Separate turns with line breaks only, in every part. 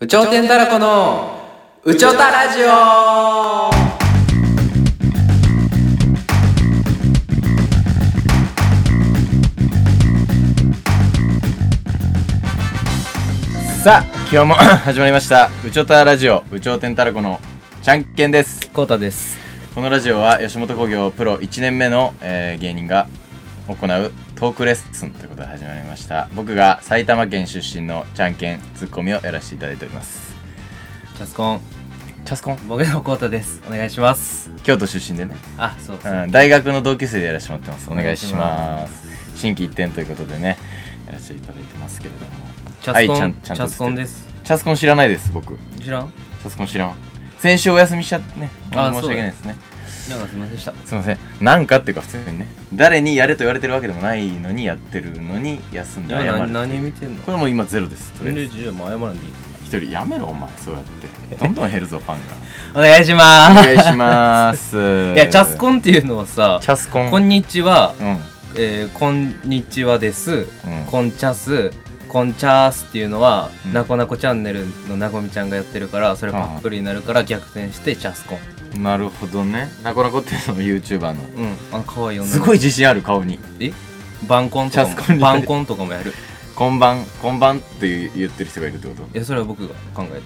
宇頂天たらこの宇宙たラジオ
さあ今日も 始まりました「うちょたラジオうちょうてんたらこ」のじゃんけんです
コウタです
このラジオは吉本興業プロ1年目の、えー芸人が行うトークレッスンということで始まりました僕が埼玉県出身のじゃんけんツッコミをやらせていただいております
チャスコン
チャスコン
僕のコウタですお願いします
京都出身でね、
あそうです
うん、大学の同級生でやらせてもらってますお願いします心機一転ということでねやらせていただいてますけれども
チャスコン、
はいちゃん
チ
ちゃんと
ャスコンです
チャスコン知らないです僕
知らん
チャスコン知らん先週お休みしちゃってね申し
あ
訳ないですね
なんかすみませんでした
すいませんなんかっていうか普通にね誰にやれと言われてるわけでもないのにやってるのに休んで謝
今何
る
何見てんの
これもう今ゼロですとりあえず
じゃもう謝らんでいい
一人やめろお前そうやってどんどん減るぞファン が
お願いしま
お
す
願いし ます
いやチャス
ン
コンっていうのはさ
チャスコン
こんにちは
うんうん
えーこんにちはです
うん
こんちゃすこんちゃーすっていうのは、
うん
なこなこチャンネルのなこみちゃんがやってるからそれパックリになるから逆転してチャスコン
なるほどねなこなこっていうのも YouTuber の
うんあの可愛い女の子
すごい自信ある顔に
えバンコンと
チャス
か
コ
も
ンに
バンコンとかもやる
こんばんこんばんって言ってる人がいるってこと
いやそれは僕が考え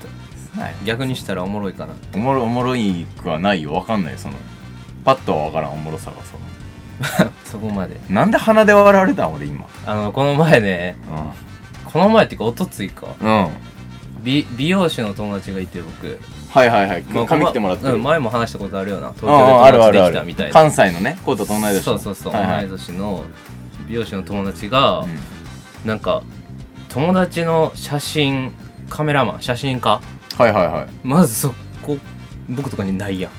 た
はい
逆にしたらおもろいかな
おもろおもろいくはないよわかんないよそのパッとはわからんおもろさがその
そこまで
なんで鼻で笑われたん俺今
あのこの前ねこの前っていうかおとついか
うんうん
美美容師の友達がいて僕
はいはいはい。
まあ
髪切ってもらってる。
うん前も話したことあるような東
う
京
ん
で
うんある
友
あ
達
るあ
できたみたい
る。
な
関西のね、コートと同い年の。
そうそうそう、
はいはい
同い年の美容師の友達が、
うん
なんか友達の写真カメラマン写真家
はいはいはい。
まずそこ僕とかにないやん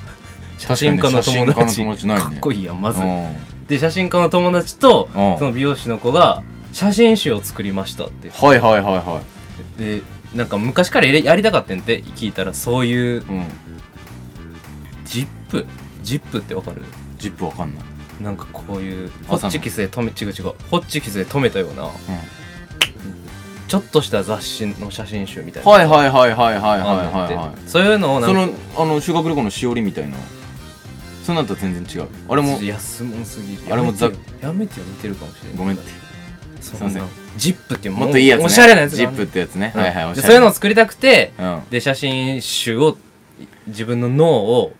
写真家の
確かに
友
写
達
真家の友達ないね
かっこいいやんまず、
うん
で写真家の友達と
うん
その美容師の子が写真集を作りましたって
はいはいはいは
でなんか昔からやりやりたかったんって聞いたらそういう
い。うん。
ジップジップってわかる
ジップわかんない。
なんかこういうホ
わかんない
ッチキスで止め違う違うホッチキスで止めたような
うん
ちょっとした雑誌の写真集みたいな
はいはいはいはいはいはい
あん
はい
の
は
ってそういうのを
い。
な
そ
んか
の、あの、修学旅行のしおりみたいな。そんなんとは全然違う。あれも、
安物すぎる
あれもざ
やめてよやめてよ見てるかもしれない
ごめんって。
そ
すいません
ジップっていう
もっといいやつね。
おしゃれなやつ
ジップってやつね。
は
はいい
は
はいい。おしゃれ
そういうのを作りたくて
うん。うん。
で写真集を自分の脳を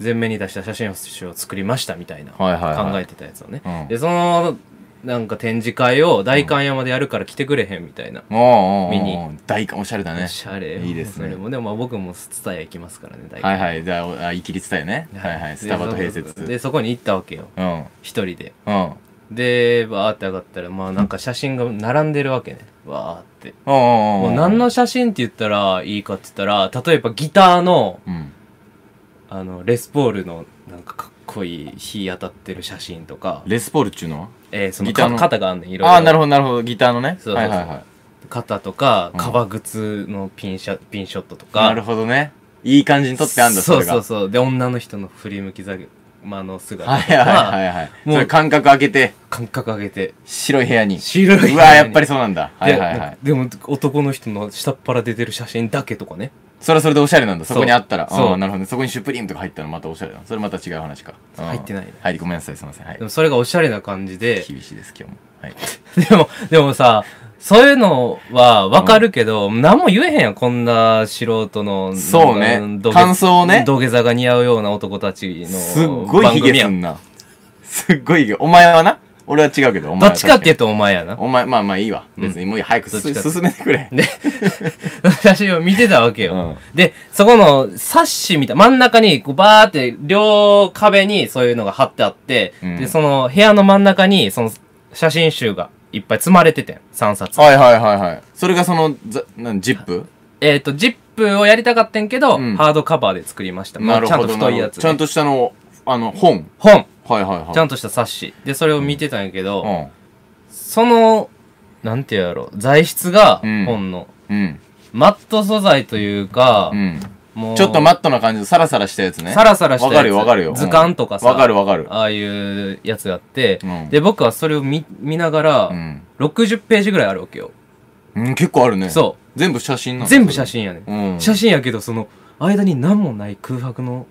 前面に出した写真集を作りましたみたいな考
はいはいはい。
えてたやつをね
うん
でそのなんか展示会を代官山でやるから来てくれへんみたいな
お
見
ーおーおー
に
大感おしゃれだね
お。しゃれ
いいですね
それもでもまあ僕もスタヤ行きますからね大
は
官
いはい。じゃあお、あイキリツタよね。はいはい。スタバと併設。
でそこに行ったわけよ
うん。
一人で
うん。うん
でバーって上がったらまあなんか写真が並んでるわけねわーって
うんうん
も
う。
うん何の写真って言ったらいいかって言ったら例えばギターの
うん。
あのレスポールのなんかかっこいい日当たってる写真とか、
レスポールっちゅうのは
えーその
ギターの
肩があんねんいろいろ
ああ、なるほど、なるほど。ギターのね。
そうそうそう
はいはいはい。
肩とか
うん
革靴のピンシャピンショットとか
なるほどね。いい感じに撮ってあんだ、そ
そう
れが。
そうそうで女の人の振り向きざまの姿とか、
はいはいはいはい。
もう
それ間隔空けて、
感覚上げて
白い部屋に。
白い部屋に
うわ、やっぱりそうなんだ。はいはい
で
は
なん
い
か。でも男の人の下っ腹出てる写真だけとかね
それはそれでおしゃれなんだ。そこにあったら。
そう
ああ、なるほどね。そこにシュプリームとか入ったらまたおしゃれだ。それまた違う話か。うん
入ってないね
はい、ごめんなさい、すいません。はい
で。もそれがおしゃれな感じで
厳しいです、今日も。はい。
でも、でもさ、そういうのはわかるけど、何も言えへんやん、こんな素人の。
そうね
なんか土下
感想をね
土下座が似合うような男たちの。
すっごいヒゲす
やん。
んな。すっごいヒゲ。お前はな俺は違うけど、お
ど
前
っ
は
ちかって言う
確
とお前やな
に。お前、まあまあいいわ。別にもういい。早く
どっちかって
す進めてくれ。
で、私を見てたわけよ。
うん
で、そこの冊子みたい、真ん中にこうバーって両壁にそういうのが貼ってあって、
うん
で、その部屋の真ん中にその写真集がいっぱい積まれててん、3冊。
はいはいはいはい。それがその、ざなんジップ
えっ、と、ジップをやりたかったんけど、
うん
ハードカバーで作りました。まあ
なるほ
ちゃ
ど
んと
な
太い
る
や
ほど。
つ、
ちゃんとしたの、あの、本。
本
はいはいはい。
ちゃん
と。
とした冊子でそれを見てたんやけど、
う
そのなんていうやろ材質が
うん
本の、
ん。うん。
マット素材というか、
うん。
もう
ちょっとマットな感じのサラサラしたやつね。
サラサラしたやつ
わかるよわかるよ。
図鑑とかさ
うんわかるわかる。
ああいうやつやって、
うん
で僕はそれを見見ながら、
うん。
60ページぐらいあるわけよ、
うん、結構あるね。
そ
全部写真なの
全部写。真やねん、
うん。
写真やけどその間に何もない空白の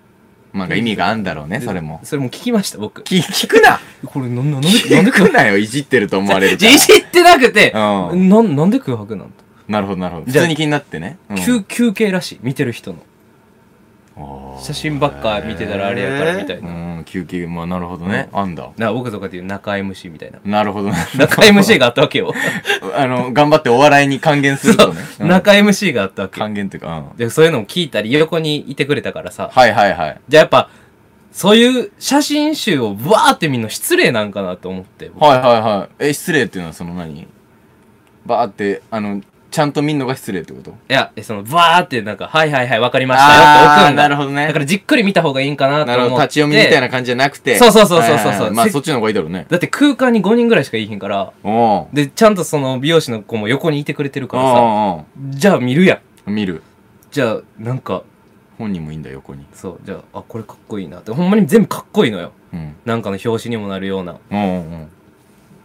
なんか意味があんだろうね、
で
それも。
それも聞きました僕
き聞くな
これなんでなんでなんで
聞くな よ、いじってると思われるか
じゃ
ら。
いじってなくて、
う
なんなんで空白なんと、
なるほど、なるほど。普
じゃあ
通に気になってね。うん
休休憩らしい見てる人の
あー
写真ばっか見てたらあれやからみたいな、
うん、休憩、まあなるほどね。あんだ。
な僕とかっていう中 MC みたいな
なるほど。
中 MC があったわけ よ、
あの、頑張ってお笑いに還元するとね。うん
中 MC があったわけよ
還元っていうか、うん。
でそういうのも聞いたり横にいてくれたからさ
はいはいはい。
じゃあやっぱそういう写真集をわーって見るの失礼なんかなと思って、
はいはいはい。え、失礼っていうのはその何バーって、あの、ちゃんと見んのが失礼ってこと
いや、その、バーってなんか、はいはいはい、わかりましたよって置くんだ。
あーなるほどね
だからじっくり見た方がいいんかなと思
な
って。
るほど、立ち読みみたいな感じじゃなくて。
そうそうそうそうそう
はいはいはいまあ
せ
そっちの方がいいだろうね。
だって空間に5人ぐらいしかいいひんから、
おうん。
で、ちゃんとその美容師の子も横にいてくれてるからさ、
お
じゃあ見るやん。
うん。見る。
じゃあ、なんか、
本人もいいんだよ、横に。
そう、じゃあ、あ、これかっこいいなって、ほんまに全部かっこいいのよ。
うん。
なんかの表紙にもなるような。
うんうん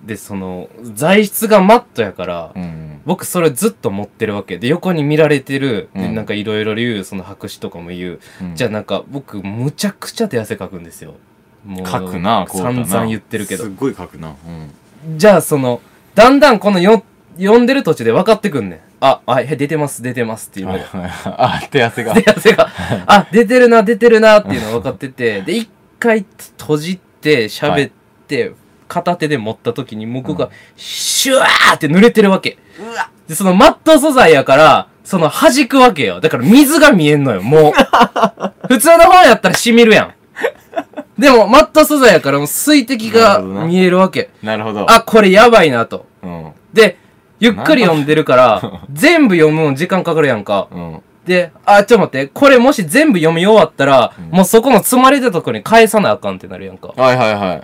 で、その、材質がマットやから、
うん。うん
僕それずっと持ってるわけで横に見られてる、で
うん
なんかいろいろ言うその白紙とかも言う、
うん。
じゃあなんか僕むちゃくちゃ手汗かくんですよもう
書くな、こうだ
散
な。
々言ってるけ
す
ど
っごい書くな。うん。
じゃあそのだんだんこのよ読んでる途中で分かってくんねんああはい出てます出てますっていうのが
あ、手汗が。
手汗 があ出てるな出てるなっていうのが分かっててで一回閉じて喋って、片手で持った時に向こう
う
がシュワーって濡れてるわけ
うわ
で、そのマット素材やから、その弾くわけよ。だから水が見えんのよ、 もう。普通の方やったら染みるやん。でも、マット素材やからもう水滴
な
が
るほどな
見えるわけ。
なるほど。
あ、これやばいなと。
うん。
で、ゆっくり読んでる から、全部読むの時間かかるやんか。
うん。
で、あ、ちょっと待って、これもし全部読み終わったら、もうそこの積まれたとこに返さなあかんってなるやんか。
はいはいはい。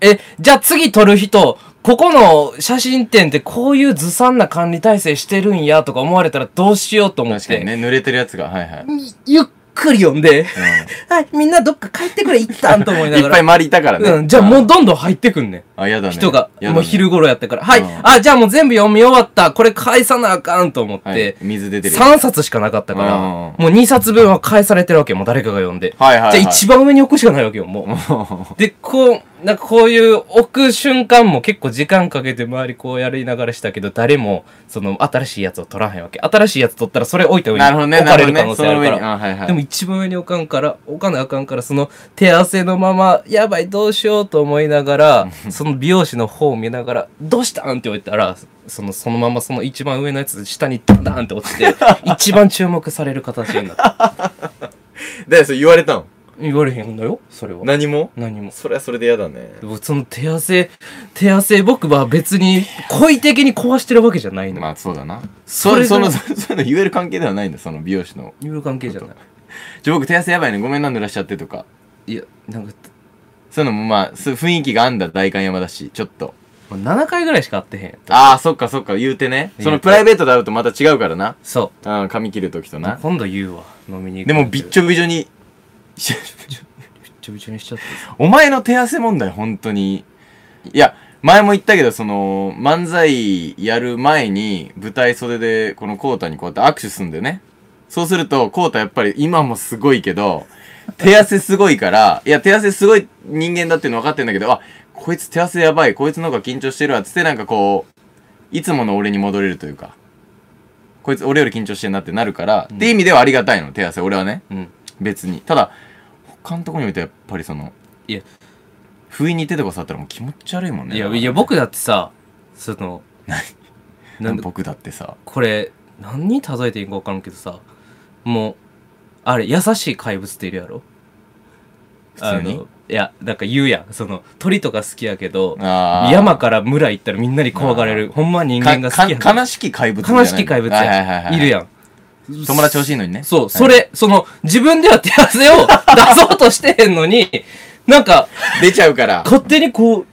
え、じゃあ次撮る人、ここの写真展ってこういうずさんな管理体制してるんやとか思われたらどうしようと思っ
確か
て。
にね、濡れてるやつが。はいはい。うん。
みゆっくり読んで、 はい、みんなどっか帰ってくれ、一旦と思いないが
っぱ
ら。
い周りいたからね。
うん、じゃあもうどんどん入ってくんねん。
あ、やだね。
人が、
やだね
もう昼頃やったから。はい、
うん
あ、じゃあもう全部読み終わった。これ返さなあかんと思って。
はい、水出てる。
3冊しかなかったから、
うん
もう2冊分は返されてるわけよもう誰かが読んで。
はいはいはい。
じゃあ一番上に置くしかないわけよ、もう。で、こう、なんかこういう置く瞬間も結構時間かけて周りこうやりながらしたけど、誰もその新しいやつを取らへんわけ。新しいやつ取ったらそれ置いた上に
なるほどね、
置
な
かれ
るほ
る可
どね。
能
そ
性あ
の
る
上
か
に。
ら。
あ、はいはい。
でも一番上に置かんから、置かなあかんから、その手汗のまま、やばいどうしようと思いなが ら、その美容師の方を見ながら、どうしたんって言われたら、そのそのままその一番上のやつ下にダンダンって落ち て、一番注目される形になった。
で、それ言われたの
言われへんのよ、それは。
何も
何も。
それはそれでやだね。
その手汗、手汗、僕は別に、故意的に壊してるわけじゃないの。
まあそうだな。
そ
そ
れ
れ、
が
その、そそういうの言える関係ではないんだ、その美容師の。
いろいろ関係じゃない。
じゃあ僕手汗やばいね、ごめんな、濡らしちゃってとか。
いや、なんか、
そういうのもまあ、そう雰囲気があんだ、代官山だし、ちょっと。
もう7回ぐらいしか会ってへん。
ああ、そっかそっか、言うてね。そのプライベートで会うとまた違うからな。
そ
うん、髪切るときと
う。
な。
今度言うわ、飲みに行く
でも、びっちょびちょに、
びっちょびちょにしちゃってさ。
お前の手汗問題、本当に。いや、前も言ったけど、その、漫才やる前に、舞台袖で、このコータにこうやって握手すんだよね。そうすると、コータやっぱり今もすごいけど、手汗すごいから、いや、手汗すごい人間だっていうの分かってんだけど、あ、こいつ手汗やばい、こいつの方が緊張してるわ、つってなんかこう、いつもの俺に戻れるというか、こいつ俺より緊張してんなってなるから、って意味ではありがたいの、手汗、俺はね。
うん。
別にただ他のとこにおいてはやっぱりその
いや
不意に手とか触ったらもう気持ち悪いもんね
いや、いや、僕だってさ、その、な
なんん
で、
僕だってさ
これ、何に数えていいか分からんけどさ、もう、あれ、優しい怪物っているやろ
普通に
あのいや、なんか言うやん。その、鳥とか好きやけど、
あー
山から村行ったらみんなに怖がられる。ほんま人間が好きや
か
ん。
悲しき怪物じゃない
悲しき怪物
はいはいはい
や
は
ん。
い
いるやん。
友達欲しいのにね
そう、それ、その、自分では手汗を出そうとしてへんのに、なんか、
出ちゃうから
勝手にこう、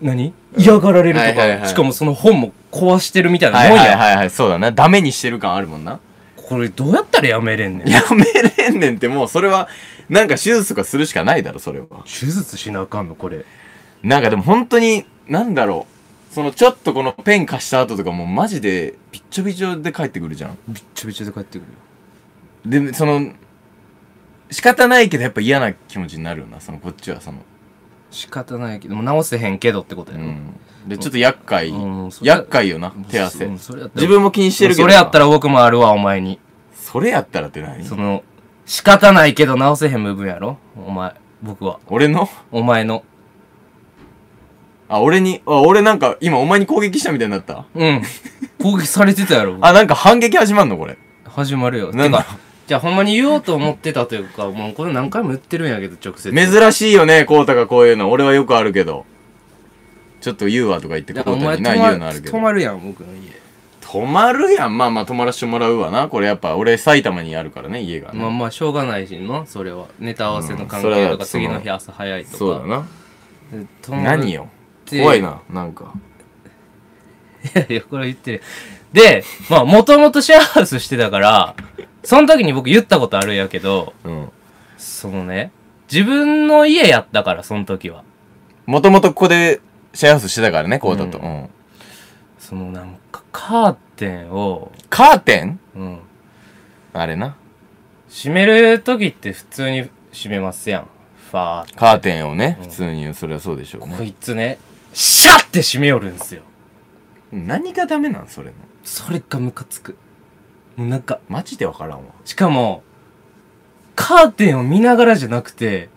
何嫌がられる
はい
と
はいは
か、
い
しかもその本も壊してるみたいな
はい
もん
はい
やん。
はいはいそうだなダメにしてる感あるもんな
これどうやったらやめれんねん。
やめれんねんってもうそれはなんか手術とかするしかないだろそれは
手術しなあかんの、これ。
なんかでも本当になんだろうそのちょっとこのペン貸した後とかもうマジでびっちょびちょで帰ってくるじゃん。
びっちょびちょで帰ってくるよ
で、その、仕方ないけどやっぱ嫌な気持ちになるよな、そのこっちはその。
仕方ないけどもう直せへんけどってこと
う
やろ、うん
ん。で、ちょっと厄介。
それ
厄介よな、手汗
う。んそれやったら
自分も気にしてるけ
そ
どな。
れやったら僕もあるわお前に
それやったらって何
その仕方ないけど直せへん部分やろお前僕は
俺の
お前の
あ、俺に、あ、俺なんか今お前に攻撃したみたいになった
うん攻撃されてたやろ僕
あ、なんか反撃始まんのこれ。
始まるよ
なんだ
てかじゃあほんまに言おうと思ってたというかもうこれ何回も言ってるんやけど直接
珍しいよね、こうたがこういうの。俺はよくあるけど。ちょっと言うわとか言って、
い
こ
や
うた
お前
にな、
泊
言う
ま
のあるけど
泊。まるやん僕の家
泊まるやん。まあまあ泊まらしてもらうわな。これやっぱ俺埼玉にあるからね、家がね。
まあまあしょうがないしなそれはネタ合わせの関
うんそれ
係
は
とか
その
次の日朝早いとか
そうだな。
で泊まる
何よ。
で
怖いな、なんか。
いやいや、これ言ってる。で、まあ、もともとシェアハウスしてたから、その時に僕言ったことあるんやけど、
うん。
そのね、自分の家やったから、その時は。
もともとここでシェアハウスしてたからね、こうたと。
う
うん。
そのなんか、カーテンを、
カーテン
うん、
あれな。
閉める時って普通に閉めますやん。ファーって。
カーテンをね、普通に、それはそうでしょう
こ
ね。
いつね、シャッて閉めよるんすよ。
何がダメなんそれの。
それがムカつく。もうなんか、
マジでわからんわ。
しかも、カーテンを見ながらじゃなくて、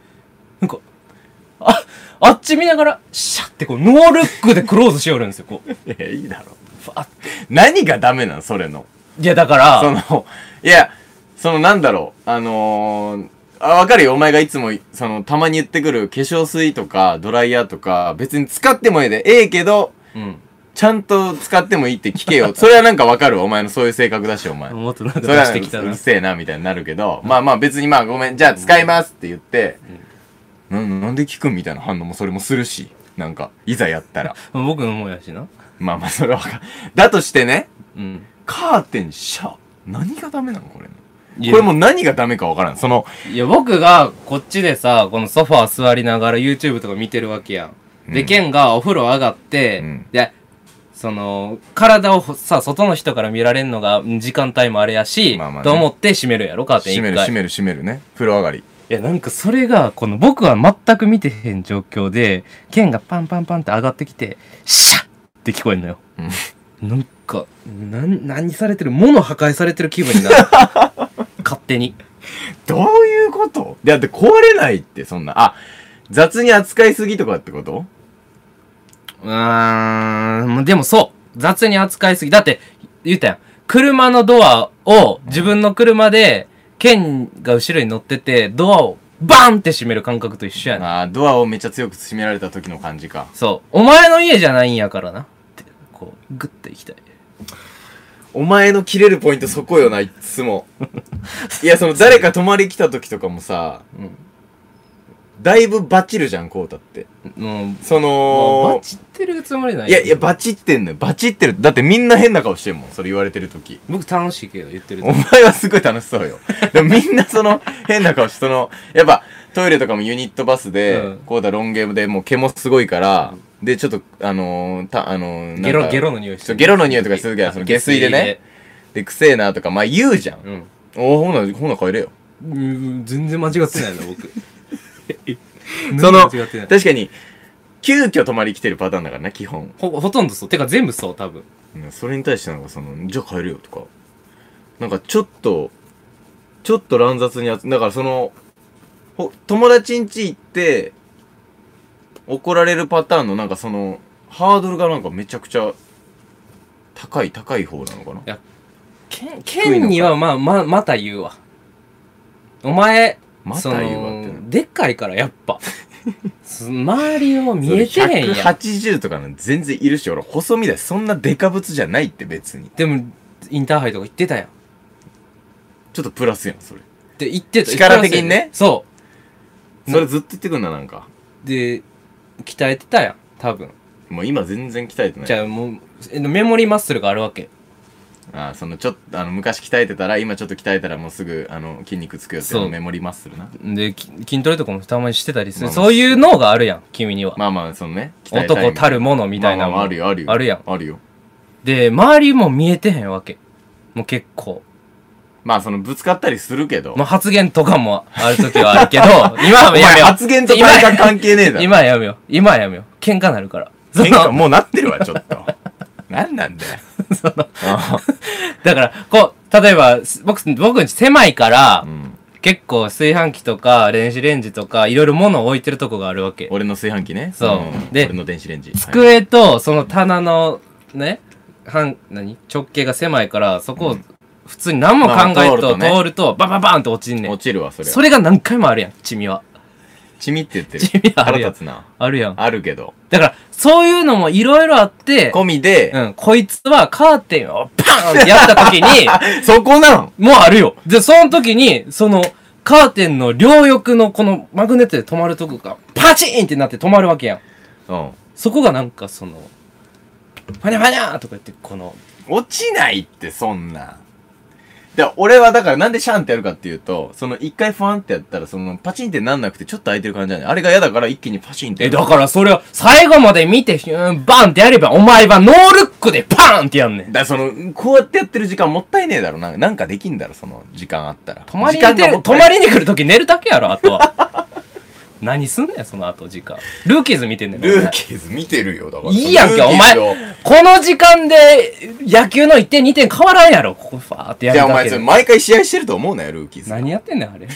なんか、あ、あっち見ながら、シャってこう、ノールックでクローズしよるんですよ、こ う。
いや、いいだろ。
ファって
何がダメなんそれの。
いや、だか
そ
ら、
の、いや、そのなんだろう、あのー、あ、わかるよ。お前がいつも、その、たまに言ってくる化粧水とか、ドライヤーとか、別に使ってもええで、ええけど、
うん。
ちゃんと使ってもいいって聞け よ。それはなんかわかるわお前のそういう性格だし、お前。
もっとなんか
そ
出
れは
してきた
う
な
る。せえな、みたいになるけど、まあまあ別にまあごめん、じゃあ使いますって言って、なん、なんで聞くんみたいな反応もそれもするし、なんか、いざやったら。
僕のもんやしな。
まあまあそれはわかる。だとしてね、
うん。
カーテンシャ何がダメなのこれ。
いや
これもう何がダメかわからん。その、
いや、僕が、こっちでさ、このソファー座りながら YouTube とか見てるわけやん。
う
で、
ん
ケンがお風呂上がって、
うん
で、その、体をさ、外の人から見られるのが、時間帯もあれやし、
まあまあね
と思って閉めるやろ、カーテン一
閉
回。
める閉める閉めるね。風呂上がり。
いやなんかそれがこの僕は全く見てへん状況で剣がパンパンパンって上がってきてシャッって聞こえんのよ、なんかなん何されてる物破壊されてる気分 になる勝手に
どういうことだって壊れないって、そんな。あ、雑に扱いすぎとかってこと
うーんでもそう雑に扱いすぎだって言ったやん車のドアを自分の車で剣が後ろに乗っててドアをバンって閉める感覚と一緒やな
あードアをめっちゃ強く閉められた時の感じか。
そうお前の家じゃないんやからなってこうグッていきたい
お前の切れるポイントそこよな、いっつ も。いや、その誰か泊まり来た時とかもさ、
うん
だいぶバチるじゃん、こうたって。
うん
そ
もうバ
の、
チってるつもりない
いやいや、バチってんのよ。バチってる。だってみんな変な顔してんもん、それ言われてる時。
僕楽しいけど言ってる
お前はすごい楽しそう よ。でもみんなその変な顔して、その、やっぱトイレとかもユニットバス
う
で
ん、
こうだロンゲームでもう毛もすごいから、で、ちょっと、あのー、た、あのー、なんか
ゲロゲロの匂いし
ちょ
て
っとゲロの匂いとかするけど、その下水でね。で、くせえなとか、まあ言うじゃん。
うん
おおほな、ほな帰れよ。
うん全然間違ってないな僕
そ
全
の、
然間違ってない
確かに、急遽泊まり来てるパターンだからね、基本。
ほほとんどそうてか全部そう多分
うんそれに対してなんかその、じゃあ帰るよとか。なんかちょっと、ちょっと乱雑にやつ、だからその、ほ友達ん家行って、怒られるパターンのなんかその、ハードルがなんかめちゃくちゃ、高い高い方なのかな
ケンケンにはまあままた言うわお前
ま
そ
た
の
言うわってな。
でっかいからやっぱ そ周りを見えてへ んやん
180とかの全然いるし、俺細身だし、そんなデカブツじゃないって別に。
でもインターハイとか行ってたやんっ
ちょっとプラスやん、それ。
て言ってた
力的にね
そ
それずっと言ってくんな、なんか。
うで鍛えてたやん多分
もう今全然鍛えてない。
じゃあもうえメモリーマッスルがあるわけ
あーそのちょっとあの昔鍛えてたら今ちょっと鍛えたらもうすぐあの筋肉つくよっていうの
そ
を
う
メモリマッスルな
でき筋トレとかもたまにしてたりする、
まあまあ
そういう脳があるやん君には、
まあまあそのね鍛え
男た
る
るものみたいな
まあ
の
まああるよあるよ
あるやん
あるよ
で周りも見えてへんわけもう結構
まあそのぶつかったりするけど、
まあ、発言とかもある時はある けど、今
お
はやめ
前
よう。
発言と体感関係ねえだろ
今はやめよう。今はやめよう。喧嘩なるから。そ
喧嘩
の、
もうなってるわちょっとなんなんだよう
だから、こう、例えば、す僕、僕んち狭いから、
ん
結構炊飯器とか、電子レンジとか、いろいろ物を置いてるとこがあるわけ。
俺の炊飯器ね
そうで
で俺の電子レンジはい
机と、その棚の、ね、半、何直径が狭いから、そこを、普通に何も考え
まあ
る
通る
と、
とね
通ると、バンバンバンって落ちんねん
落。ちるわそれ
それが何回もあるやん、チミは。
チミって言ってる
チミある
腹
やん
立つな
あるやん。
あるけど
だから、そういうのもいろいろあって、
込みで、
うん、こいつはカーテンをパーンってやった時 に、
そこなの
もうあるよ。で、その時に、その、カーテンの両翼のこのマグネットで止まるとこが、パチーンってなって止まるわけやん。
うん
そこがなんかその、パニャパニャーとか言って、この、
落ちないってそんなで俺はだからなんでシャンってやるかっていうとその一回ファンってやったらそのパチンってなんなくてちょっと開いてる感じじゃないあれが嫌だから一気にパチンって
え、だからそれを最後まで見て、ヒューン、バンってやれば、お前はノールックでパーンってやんねん。
だからその、こうやってやってる時間もったいねえだろ。なんかなんかできんだろ、その時間あったら。
泊まり
時
に
間
来
が
る、
もった
泊
いな
ま
い
りに来る時寝るだけやろ、あとは。何すんねん、その後時間。ルーキーズ見てんねん。
ルーキーズ見てるよ、だから。
いいやんけ、お前。
ル
こ
ーキーズを
の時間で野球の1点、2点変わらんやろ。ここファーってや
じ
る
ゃあお
だけ
前、そ
で
れ。毎回試合してると思うなよ、ルーキーズ。青
何やってんねん、あれ。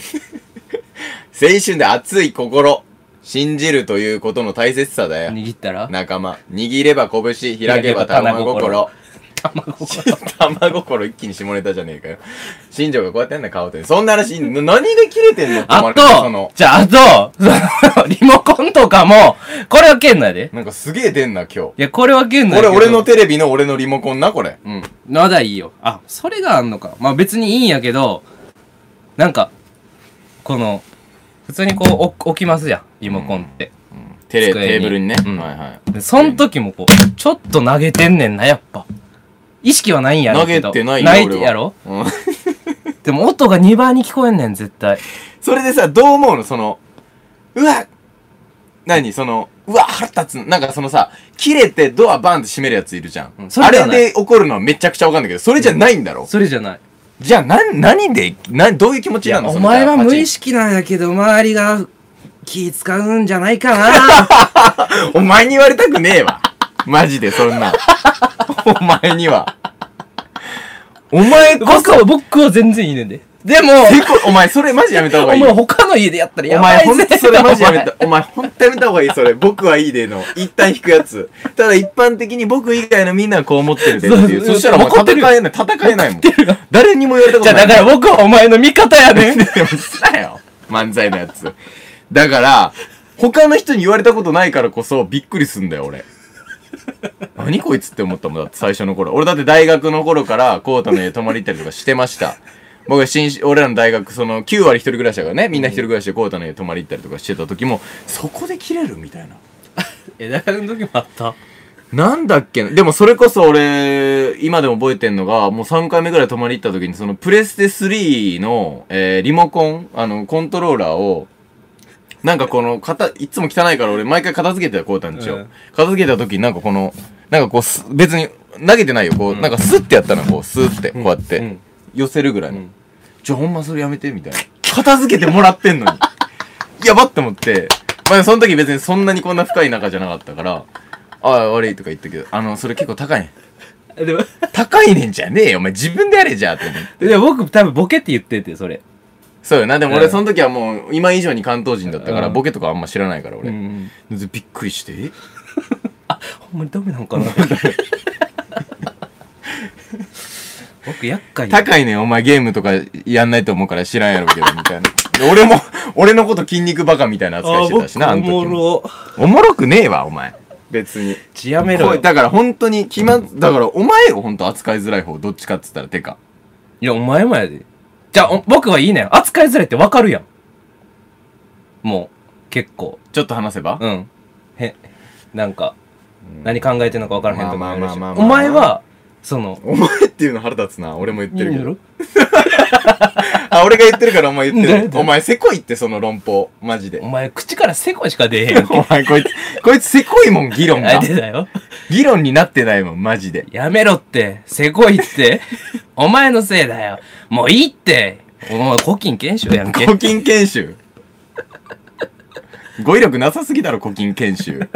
春で熱い心。信じるということの大切さだよ。
握ったら。
仲間。握れば拳、開けば玉心。
卵が。
玉 心一気に下ネタじゃねえかよ。新庄がこうやってやんな、顔って。そんな話、な何が切れてんの
あ
その
と、、じゃあ、あと、そのリモコンとかも、これはけんのやで。
なんかすげえ出んな、今日。
いや、これはけんの
こ
や
れ
けど
俺のテレビの俺のリモコンな、これ。うん。
まだいいよ。あ、それがあんのか。まあ別にいいんやけど、なんか、この、普通にこう置置きますじゃん、リモコンって。
テレ、
机に
テーブルにね。
うん
はいはい。
でそん時もこう、ちょっと投げてんねんな、やっぱ。意識はないんやろ
投
うけ
げ
ど。
てないよ、
ない
俺は
やろ
うん
でも音が2倍に聞こえんねん、絶対。
それでさ、どう思うのその、うわ何その、うわ腹立つ。なんかそのさ、切れてドアバンって閉めるやついるじゃん。
うんそ
あ
れでは
れ
ない
で怒るのはめちゃくちゃわかんないけど、それじゃないんだろ、
それじゃない。
じゃあ、なん、何で、な、どういう気持ちなの
お前は無意
識。
識なんやけど、周りが気使うんじゃないか な。
お前に言われたくねえわ。マジで、そんな。お前には。お前こ
僕
そ、
は、僕は全然いいねんで。でも、
てこお前それマジやめた方
お
がいい。
前他の家でやったら
お
やば
前ほ
い
んと
ぜ。
それマジやめた。お前ほんとやめた方がいい、それ。僕はいいでの。一旦引くやつ。ただ一般的に僕以外のみんなはこう思ってるでっていう。
そうそう
そしたらもう
怒ってる
戦えない、戦えないもん。
るよ
誰にも言われた こ
じゃ
と
あ
ない。
だから僕はお前の味方やねん。
でもすなよ。漫才のやつ。だから、他の人に言われたことないからこそびっくりすんだよ、俺。何こいつって思ったもんだって最初の頃。俺だって大学の頃からコータの家泊まり行ったりとかしてました。僕は新し俺らの大学、その9割一人暮らしだからね、みんな一人暮らしでコータの家泊まり行ったりとかしてた時も、そこで切れるみたいな。
え、だからの時もあった。
なんだっけなでもそれこそ俺、今でも覚えてんのが、もう3回目ぐらい泊まり行った時に、そのプレステ3の、えーリモコン、あの、コントローラーを、なんかこの、片いつも汚いから俺毎回片付けてた、こうたんちを、
うん
片付けた時になんかこの、なんかこうす、別に投げてないよ、こう、なんかスッてやったの、こう、スッて、こうやって、
うん
寄せるぐらいの。
うん
じゃあほんまそれやめて、みたいな。片付けてもらってんのに。 やばって思って、まあその時別にそんなにこんな深い仲じゃなかったから、ああ、悪いとか言ったけど、あの、それ結構高いね
でも、
ん。高いねんじゃねえよ、お前自分でやれじゃあ、と思って。
でも僕多分ボケって言ってて、それ。
そうよな、でも
う
俺
ん
その時はもう今以上に関東人だったから、
うん
ボケとかあんま知らないから俺。
ん。
でびっくりして、え
ほんまにダメなんかな僕厄介や
高いねん、お前ゲームとかやんないと思うから知らんやろうけど、みたいな。 で俺も、俺のこと筋肉バカみたいな扱いしてたしな、あの時
おも
も。
ろ
おもろくねえわ、お前。別に。
血やめろ
こ
よ
うだから本当に決まっ、だからお前よ、本当扱いづらい方、どっちかっつったら、てか。
いやお前もやでじゃあお僕はいいねん扱いづらいってわかるやんもう結構
ちょっと話せば、
うんへなんか何考えてんのか分からへんとか
まあまあまあまあまあ
お前はその
お前っっていうの腹立つな。俺も言ってる
いい
け
んや
ど
ろ。
あ、俺が言ってるからお前言って
なん
る。
で
お前せこいって、その論法。マジで
お。前、口からせこいしか出えへん
お前こいつ、こいつせこいもん、議論
あ
が。
出たよ。
議論になってないもん、マジで。
やめろって、せこいって。 お前のせいだよ。もういいって。お前、古今検証やんけ。
古今研修。語彙力なさすぎだろ、古今研修。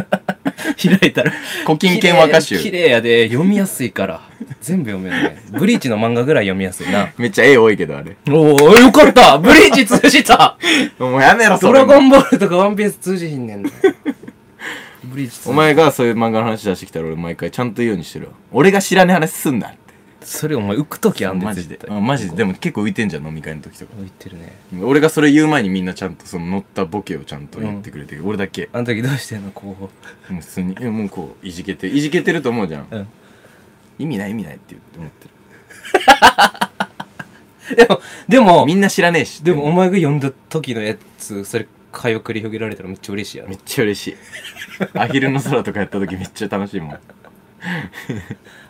開いた ら。
古今研和歌
綺
集。
麗やで、読みやすいから。全部読めるね。ブリーチの漫画ぐらい読みやすいな。
めっちゃ絵多いけど、あれ。
おお、よかったブリーチ通じた
もうやめろ、 そ
ド
れ
ラ
も
ゴンボールとかワンピース通じひんねんな。ブリーチ通じ
お前がそういう漫画の話出してきたら俺毎回ちゃんと言うようにしてるわ。俺が知らねえ話すんなって。
それお前浮くときあんで
マジで
絶。対
あマジで。でも結構浮いてんじゃん、飲み会の時とか。
浮いてるね
俺がそれ言う前にみんなちゃんとその乗ったボケをちゃんと言ってくれてる、俺だけ。
あの時どうしてんの候補
もう普通に、えもうこう、いじけて、いじけてると思うじゃん。
うん
意味ない意味ないって言って思ってる。
でもでも
みんな知らねえし。
でもお前が読んだ時のやつそれ会話繰り広げられたらめっちゃ嬉しいやろ
めっちゃ嬉しい。アヒルの空とかやった時めっちゃ楽しいもん。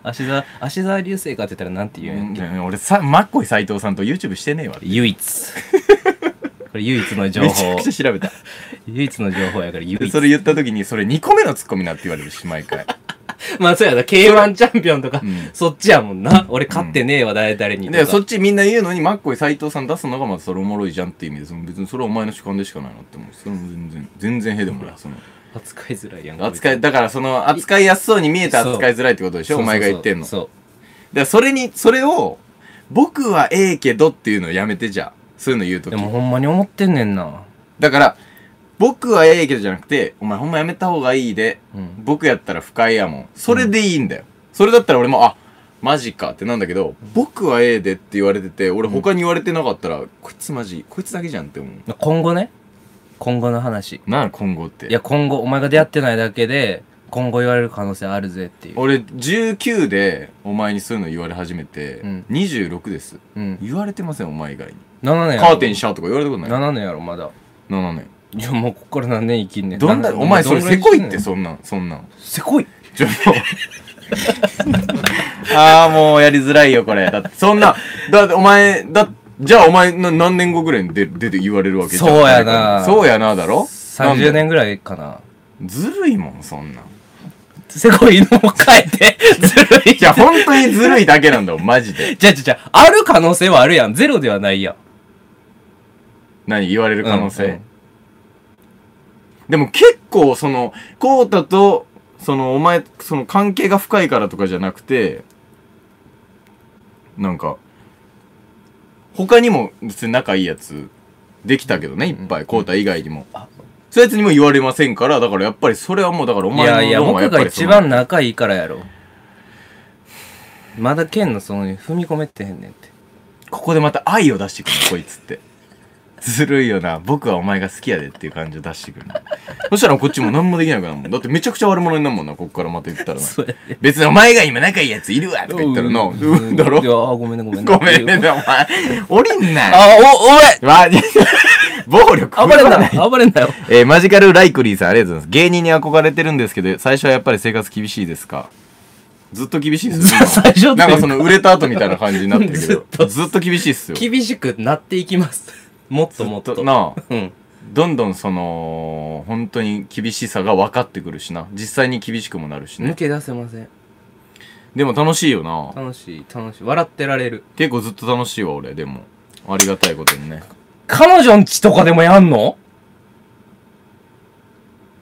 芦沢芦沢流星かって言ったらなんて言うんやっけ
うん俺さ、マッコイ斎藤さんと YouTube してねえわ。
唯一 これ唯一の情
めちゃ
報
くちゃ調べた。
唯一の情報やから唯
で
一
それ言った時に、それ2個目のツッコミなって言われるし、毎 回。
まあそうやな K1 チャンピオンとか、
うん
そっちやもんな俺勝ってねえわ誰々にとか
で、そっちみんな言うのに、マッコイ斎藤さん出すのがまたそれおもろいじゃんっていう意味で、その別にそれはお前の主観でしかないなって思う。それも全然、全然へでもない。その
扱いづらいやん
扱
こ
い、だからその扱いやすそうに見えて扱いづらいってことで
つ
しょ、お前が言ってんの。
そう
だからそれに、それを、僕はええけどっていうのをやめてじゃあ。そういうの言うと
そう
き
で。もほんまに思ってんねんな
だから、僕はええけどじゃなくて、お前ほんまやめた方がいいで、
うん
僕やったら不快やもん。それでいいんだよ。それだったら俺も、あ、マジかってなんだけど、僕はええでって言われてて、俺他に言われてなかったら、こいつマジ、こいつだけじゃんって思う。
今後ね今後の話
なあ、今後って。
いや今後お前が出会ってないだけで今後言われる可能性あるぜっていう、
俺、19でお前にそういうの言われ始めて、
うん
26です。
うん、
言われてません、お前以外に。
7年やろ
カーテンシャーとか言われたことない。
7年やろまだ
7年。
いやもうこっから何年生きんねん
どんな、
な
お前それ
どんぐら
せこい
生
っ
きんね
て、
ん
そんなん、そんなん。
せこい
ちょ、もう。 ああ、もうやりづらいよ、これ。だって、そんな、だって、お前、だ、じゃあお前な、何年後ぐらいに出出て言われるわけじゃん。
そうやな
そうやな、だろ
30。
なん
年ぐらいかな
でずるいもん、そんなん。
せこいのも変え てずるい
いや、本当にずるいだけなんだよ、マジで。
じゃじゃじゃある可能性はあるやんゼロではないやん
何言われる可能性。
うんうん
でも結構、その、こうたと、その、お前、その関係が深いからとかじゃなくて、なんか、他にも別に仲いいやつ、できたけどね、いっぱい、こうた以外にも
あ。
そういうやつにも言われませんから、だからやっぱりそれはもう、だからお
いや
前
い
の
や
論
僕
はやっぱ
が
りそ
一
の
番仲いいからやろまだ剣のその踏み込めてへんねんって
ここでまた愛を出してくるのこいつってずるいよな僕はお前が好きやでっていう感じを出してくるのそしたらこっちも何もできなくなるもんだってめちゃくちゃ悪者になるもんなこっからまた言ったらな
そうや
別にお前が今仲いいやついるわとか言ったらなうんだろ
いやあごめんねごめんね
ごめんねお前降りんな
あおおい
わ暴力
暴れんな暴れんなよ
えーマジカルライクリーさんありがとうございます芸人に憧れてるんですけど最初はやっぱり生活厳しいですかずっと厳しいですよ
最初っていうか
なんかその売れた後みたいな感じになってるけ
ずっ
ど
と
ずっと厳しいっすよ
厳しくなっていきますもっともっ
ずっ
と
なあ
うん
どんどんその本当に厳しさが分かってくるしな実際に厳しくもなるし
抜
ね
け出せません
でも楽しいよな
楽しい楽しい笑ってられる
結構ずっと楽しいわ俺でもありがたいことにね
彼女んちとかでもやんの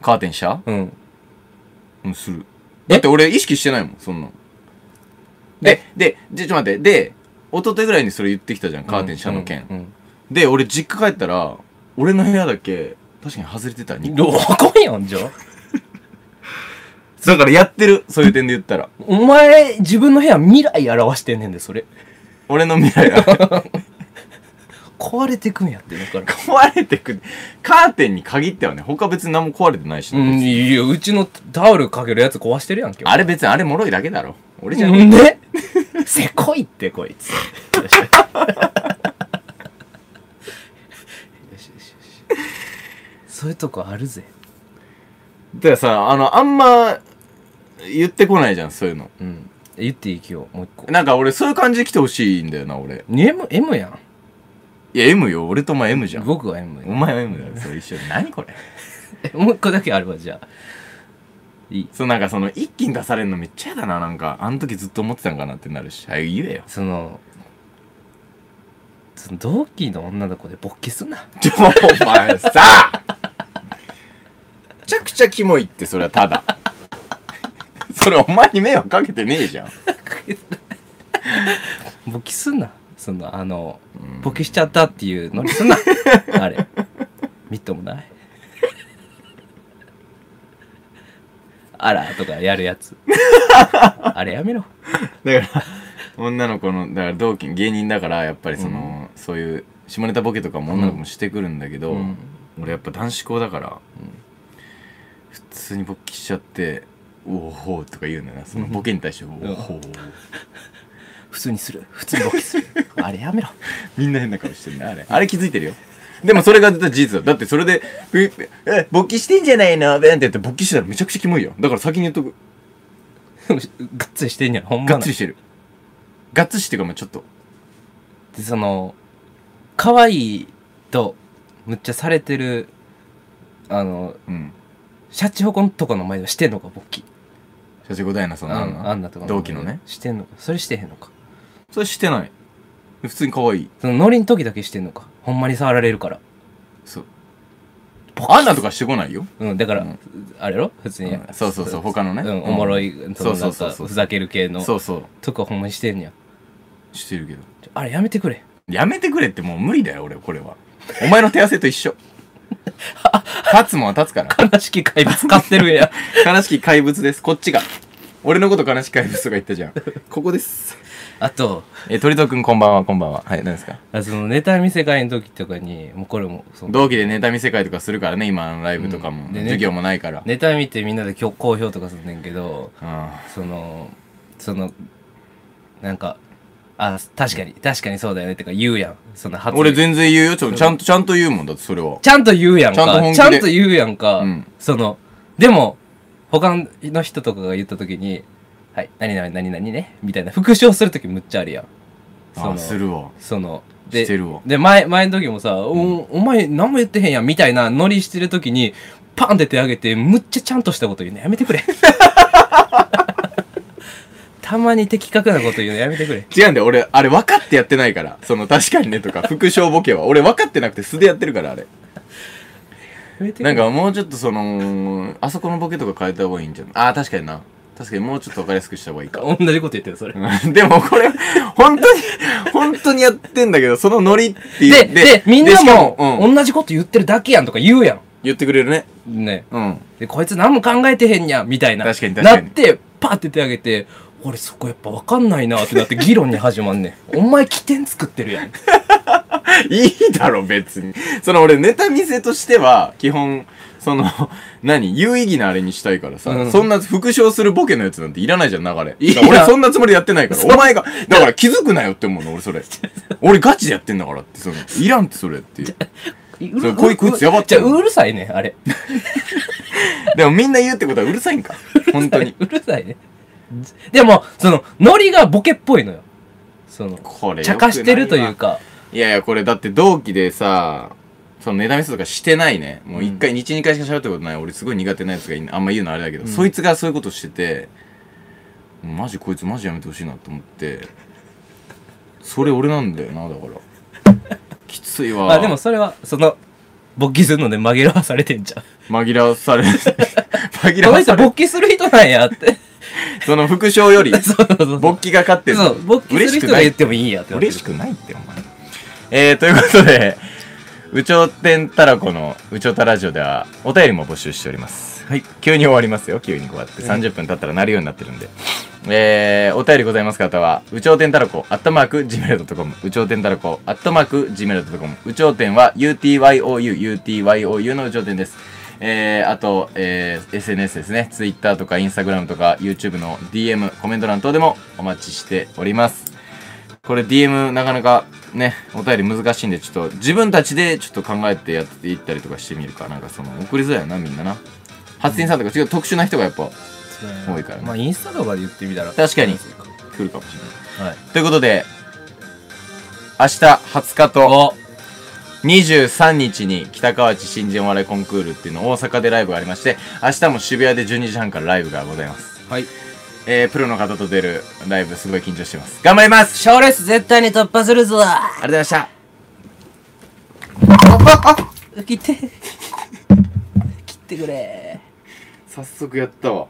カーテン車
うん
うんする
え
だって俺意識してないもんそんなんでででちょっと待ってで一昨日ぐらいにそれ言ってきたじゃんカーテン車の件、
うん
で俺実家帰ったら俺の部屋だけ確かに外れてた
うん
に
どこやんじゃ
だからやってるそういう点で言ったら
お前自分の部屋未来表してんねんでそれ
俺の未来は
壊れてくんやってだから
壊れてくカーテンに限ってはね他別に何も壊れてないし
う
ね、
んいやうちのタオルかけるやつ壊してるやんけ
あれ別にあれもろいだけだろ俺じゃねえ
んで せこいってこい つ。よしよしよしよしそういうとこあるぜ。
だからさあのあんま言ってこないじゃんそういうの
うん。言っていい今日もう一個
なんか俺そういう感じで来てほしいんだよな俺
M, M やん
いや M よ俺とお前 M じゃん
僕は M
お前は M だよそれ一緒何これ
えもう一個だけあればじゃあいい
そうなんかその一気に出されるのめっちゃやだななんかあの時ずっと思ってたんかなってなるしはい言えよ
そのその同期の女の子で勃起すんな
ちょお前さあめちゃくちゃキモいってそれはただそれお前に迷惑かけてねえじゃん
勃起すんなそのあの
うん
勃起しちゃったっていうのに すんなあれみっともないあらとかやるやつあれやめろ
だから女の子のだから同期芸人だからやっぱりその、そういう下ネタボケとかも女の子もしてくるんだけど、
うん
俺やっぱ男子校だから、普通に勃起しちゃって「おおほう」とか言うんだよなそのボケに対して「おおほう」
普通にする普通に勃起するあれやめろ
みんな変な顔してるなあれあれ気づいてるよでもそれが絶対事実だだってそれで「ええ勃起してんじゃないの?」ってやって勃起してたらめちゃくちゃキモいよだから先に言っとく
がっつりしてんじゃんほんま
がっ
な
つりしてるがっつりしてるかもうちょっと
でその可愛いとむっちゃされてるあの
うん
シャチホコのとこの前ではしてんのか勃起
社長答えなそんな
あ
のなん
あんなとかの
同期のね
してんのかそれしてへんのか
それしてない普通に可愛い
そのノリの時だけしてんのかほんまに触られるから
そうアンナとかしてこないよ、
うんだから、
うん
あれやろ普通に、
うんそうそうそう他のね
うん、おもろい、そ
そ
の
う
な
そ
ん
うそ
か
うそう
ふざける系の
そうそう
とかほんまにしてんねや
してるけど
ちょあれやめてくれ
やめてくれってもう無理だよ俺これは お前の手汗と一 緒立つもんは立つから
悲しき怪物買ってるん や
悲しき怪物ですこっちが俺のこと悲しき怪物とか言ったじゃん ここです
あと
え鳥戸君こんばんはこんばんははい何ですか
あそのネタ見せ会の時とかにもうこれもその
同期でネタ見せ会とかするからね今のライブとかも、
うんでね
授業もないから、
ネタ見てみんなできょ好評とかすんねんけど
あ
そのそのなんかあ確かに確かにそうだよねってか言うやんその
あ
発言
俺全然言うよちょちゃんとちゃんと言うもんだってそれは
ちゃんと言うやんか
ちゃんと本気で
ちゃんと言うやんか、
うん
そのでも他の人とかが言った時に「はい何々何々ね」みたいな復唱する時むっちゃあるやんそ
あ
の
あするわ
その
してるわ
で前前の時もさ、お「お前何も言ってへんやん」みたいなノリしてる時にパンって手上げてむっちゃちゃんとしたこと言うのやめてく れたまに的確なこと言うのやめてくれ
違うんだよ俺あれ分かってやってないからその確かにねとか副賞ボケは俺分かってなくて素でやってるからあれ
やめてく
な
れ
んかもうちょっとそのあそこのボケとか変えた方がいいんじゃないああ確かにな確かにもうちょっと分かりやすくした方がいいか
同じこと言ってるそれ
うんでもこれ、本当に、本当にやってんだけど、そのノリってい
で
う。
でみんな
しか
も
うん、
同じこと言ってるだけやんとか言うや
言ってくれるね。
んね
うん。
でこいつ何も考えてへんやんみたいな
確かに確かに
なってパッて手挙げて俺そこやっぱ分かんないなってなって議論に始まんねん お前起点作ってるやん
いいだろ、別に。その俺、ネタ見せとしては、基本、その、 何有意義なあれにしたいからさ、
うん
そんな復唱するボケのやつなんていらないじゃん、流れ。
いや
俺そんなつもりでやってないから、お前が、だから気づくなよって思うの、俺 それ。俺ガチでやってんだからって、その、いらんってそれっていう。
う
それ
る
こいこいつやばっ
じ
ちゃ
ゃ
う
うるさいねんあれ
でもみんな言うってことはうるさいんか。本当に。
うるさいねでもそのノリがボケっぽいのよその
これ、
茶化してるという。か
いやいや、これだって同期でさ、そのネタ見せとかしてないね。もう一回、一、二回しか喋ったことない。俺すごい苦手なやつがいんあんま言うのあれだけど、
うん
そいつがそういうことしてて、もうマジこいつマジやめてほしいなと思って、それ俺なんだよな、だから。きつい わ。
まあでもそれはその勃起するので紛らわされてんじゃん
紛らわ され、紛ら
この
わさ
人
れ、
勃起する人なんやって
その副賞より、
そうそうそう
勃起が勝ってる。
そう勃起する人が言ってもいいんやってなってる
嬉しくないってお前えー、ということで「有頂天たらこ」の「有頂たラジオ」ではお便りも募集しております
はい
急に終わりますよ急にこうやって30分経ったらなるようになってるんで、えー、お便りございます方は「有頂天たらこ」「アットマーク Gmail.com」「有頂天たらこ」「アットマーク Gmail.com」「有頂天」は UTYOUUTYOU の有頂天ですえー、あと、えー SNS ですね。Twitter とか Instagram とか YouTube の DM、コメント欄等でもお待ちしております。これ DM なかなかねお便り難しいんでちょっと自分たちでちょっと考えてやっていったりとかしてみるかなんかその送りづらいなみんなな発展さんとか違う特殊な人がやっぱ多いからね
まあインスタとかで言ってみたら
確かに来るかもしれない。
はい。
ということで、明日20日と
お
23日に北河内新人お笑いコンクールっていうのを大阪でライブがありまして、明日も渋谷で12時半からライブがございます。
はい。
えー、プロの方と出るライブすごい緊張してます。頑張ります
賞レース絶対に突破するぞ
ありがとうござい ました。
切って。切ってくれ。
早速やったわ。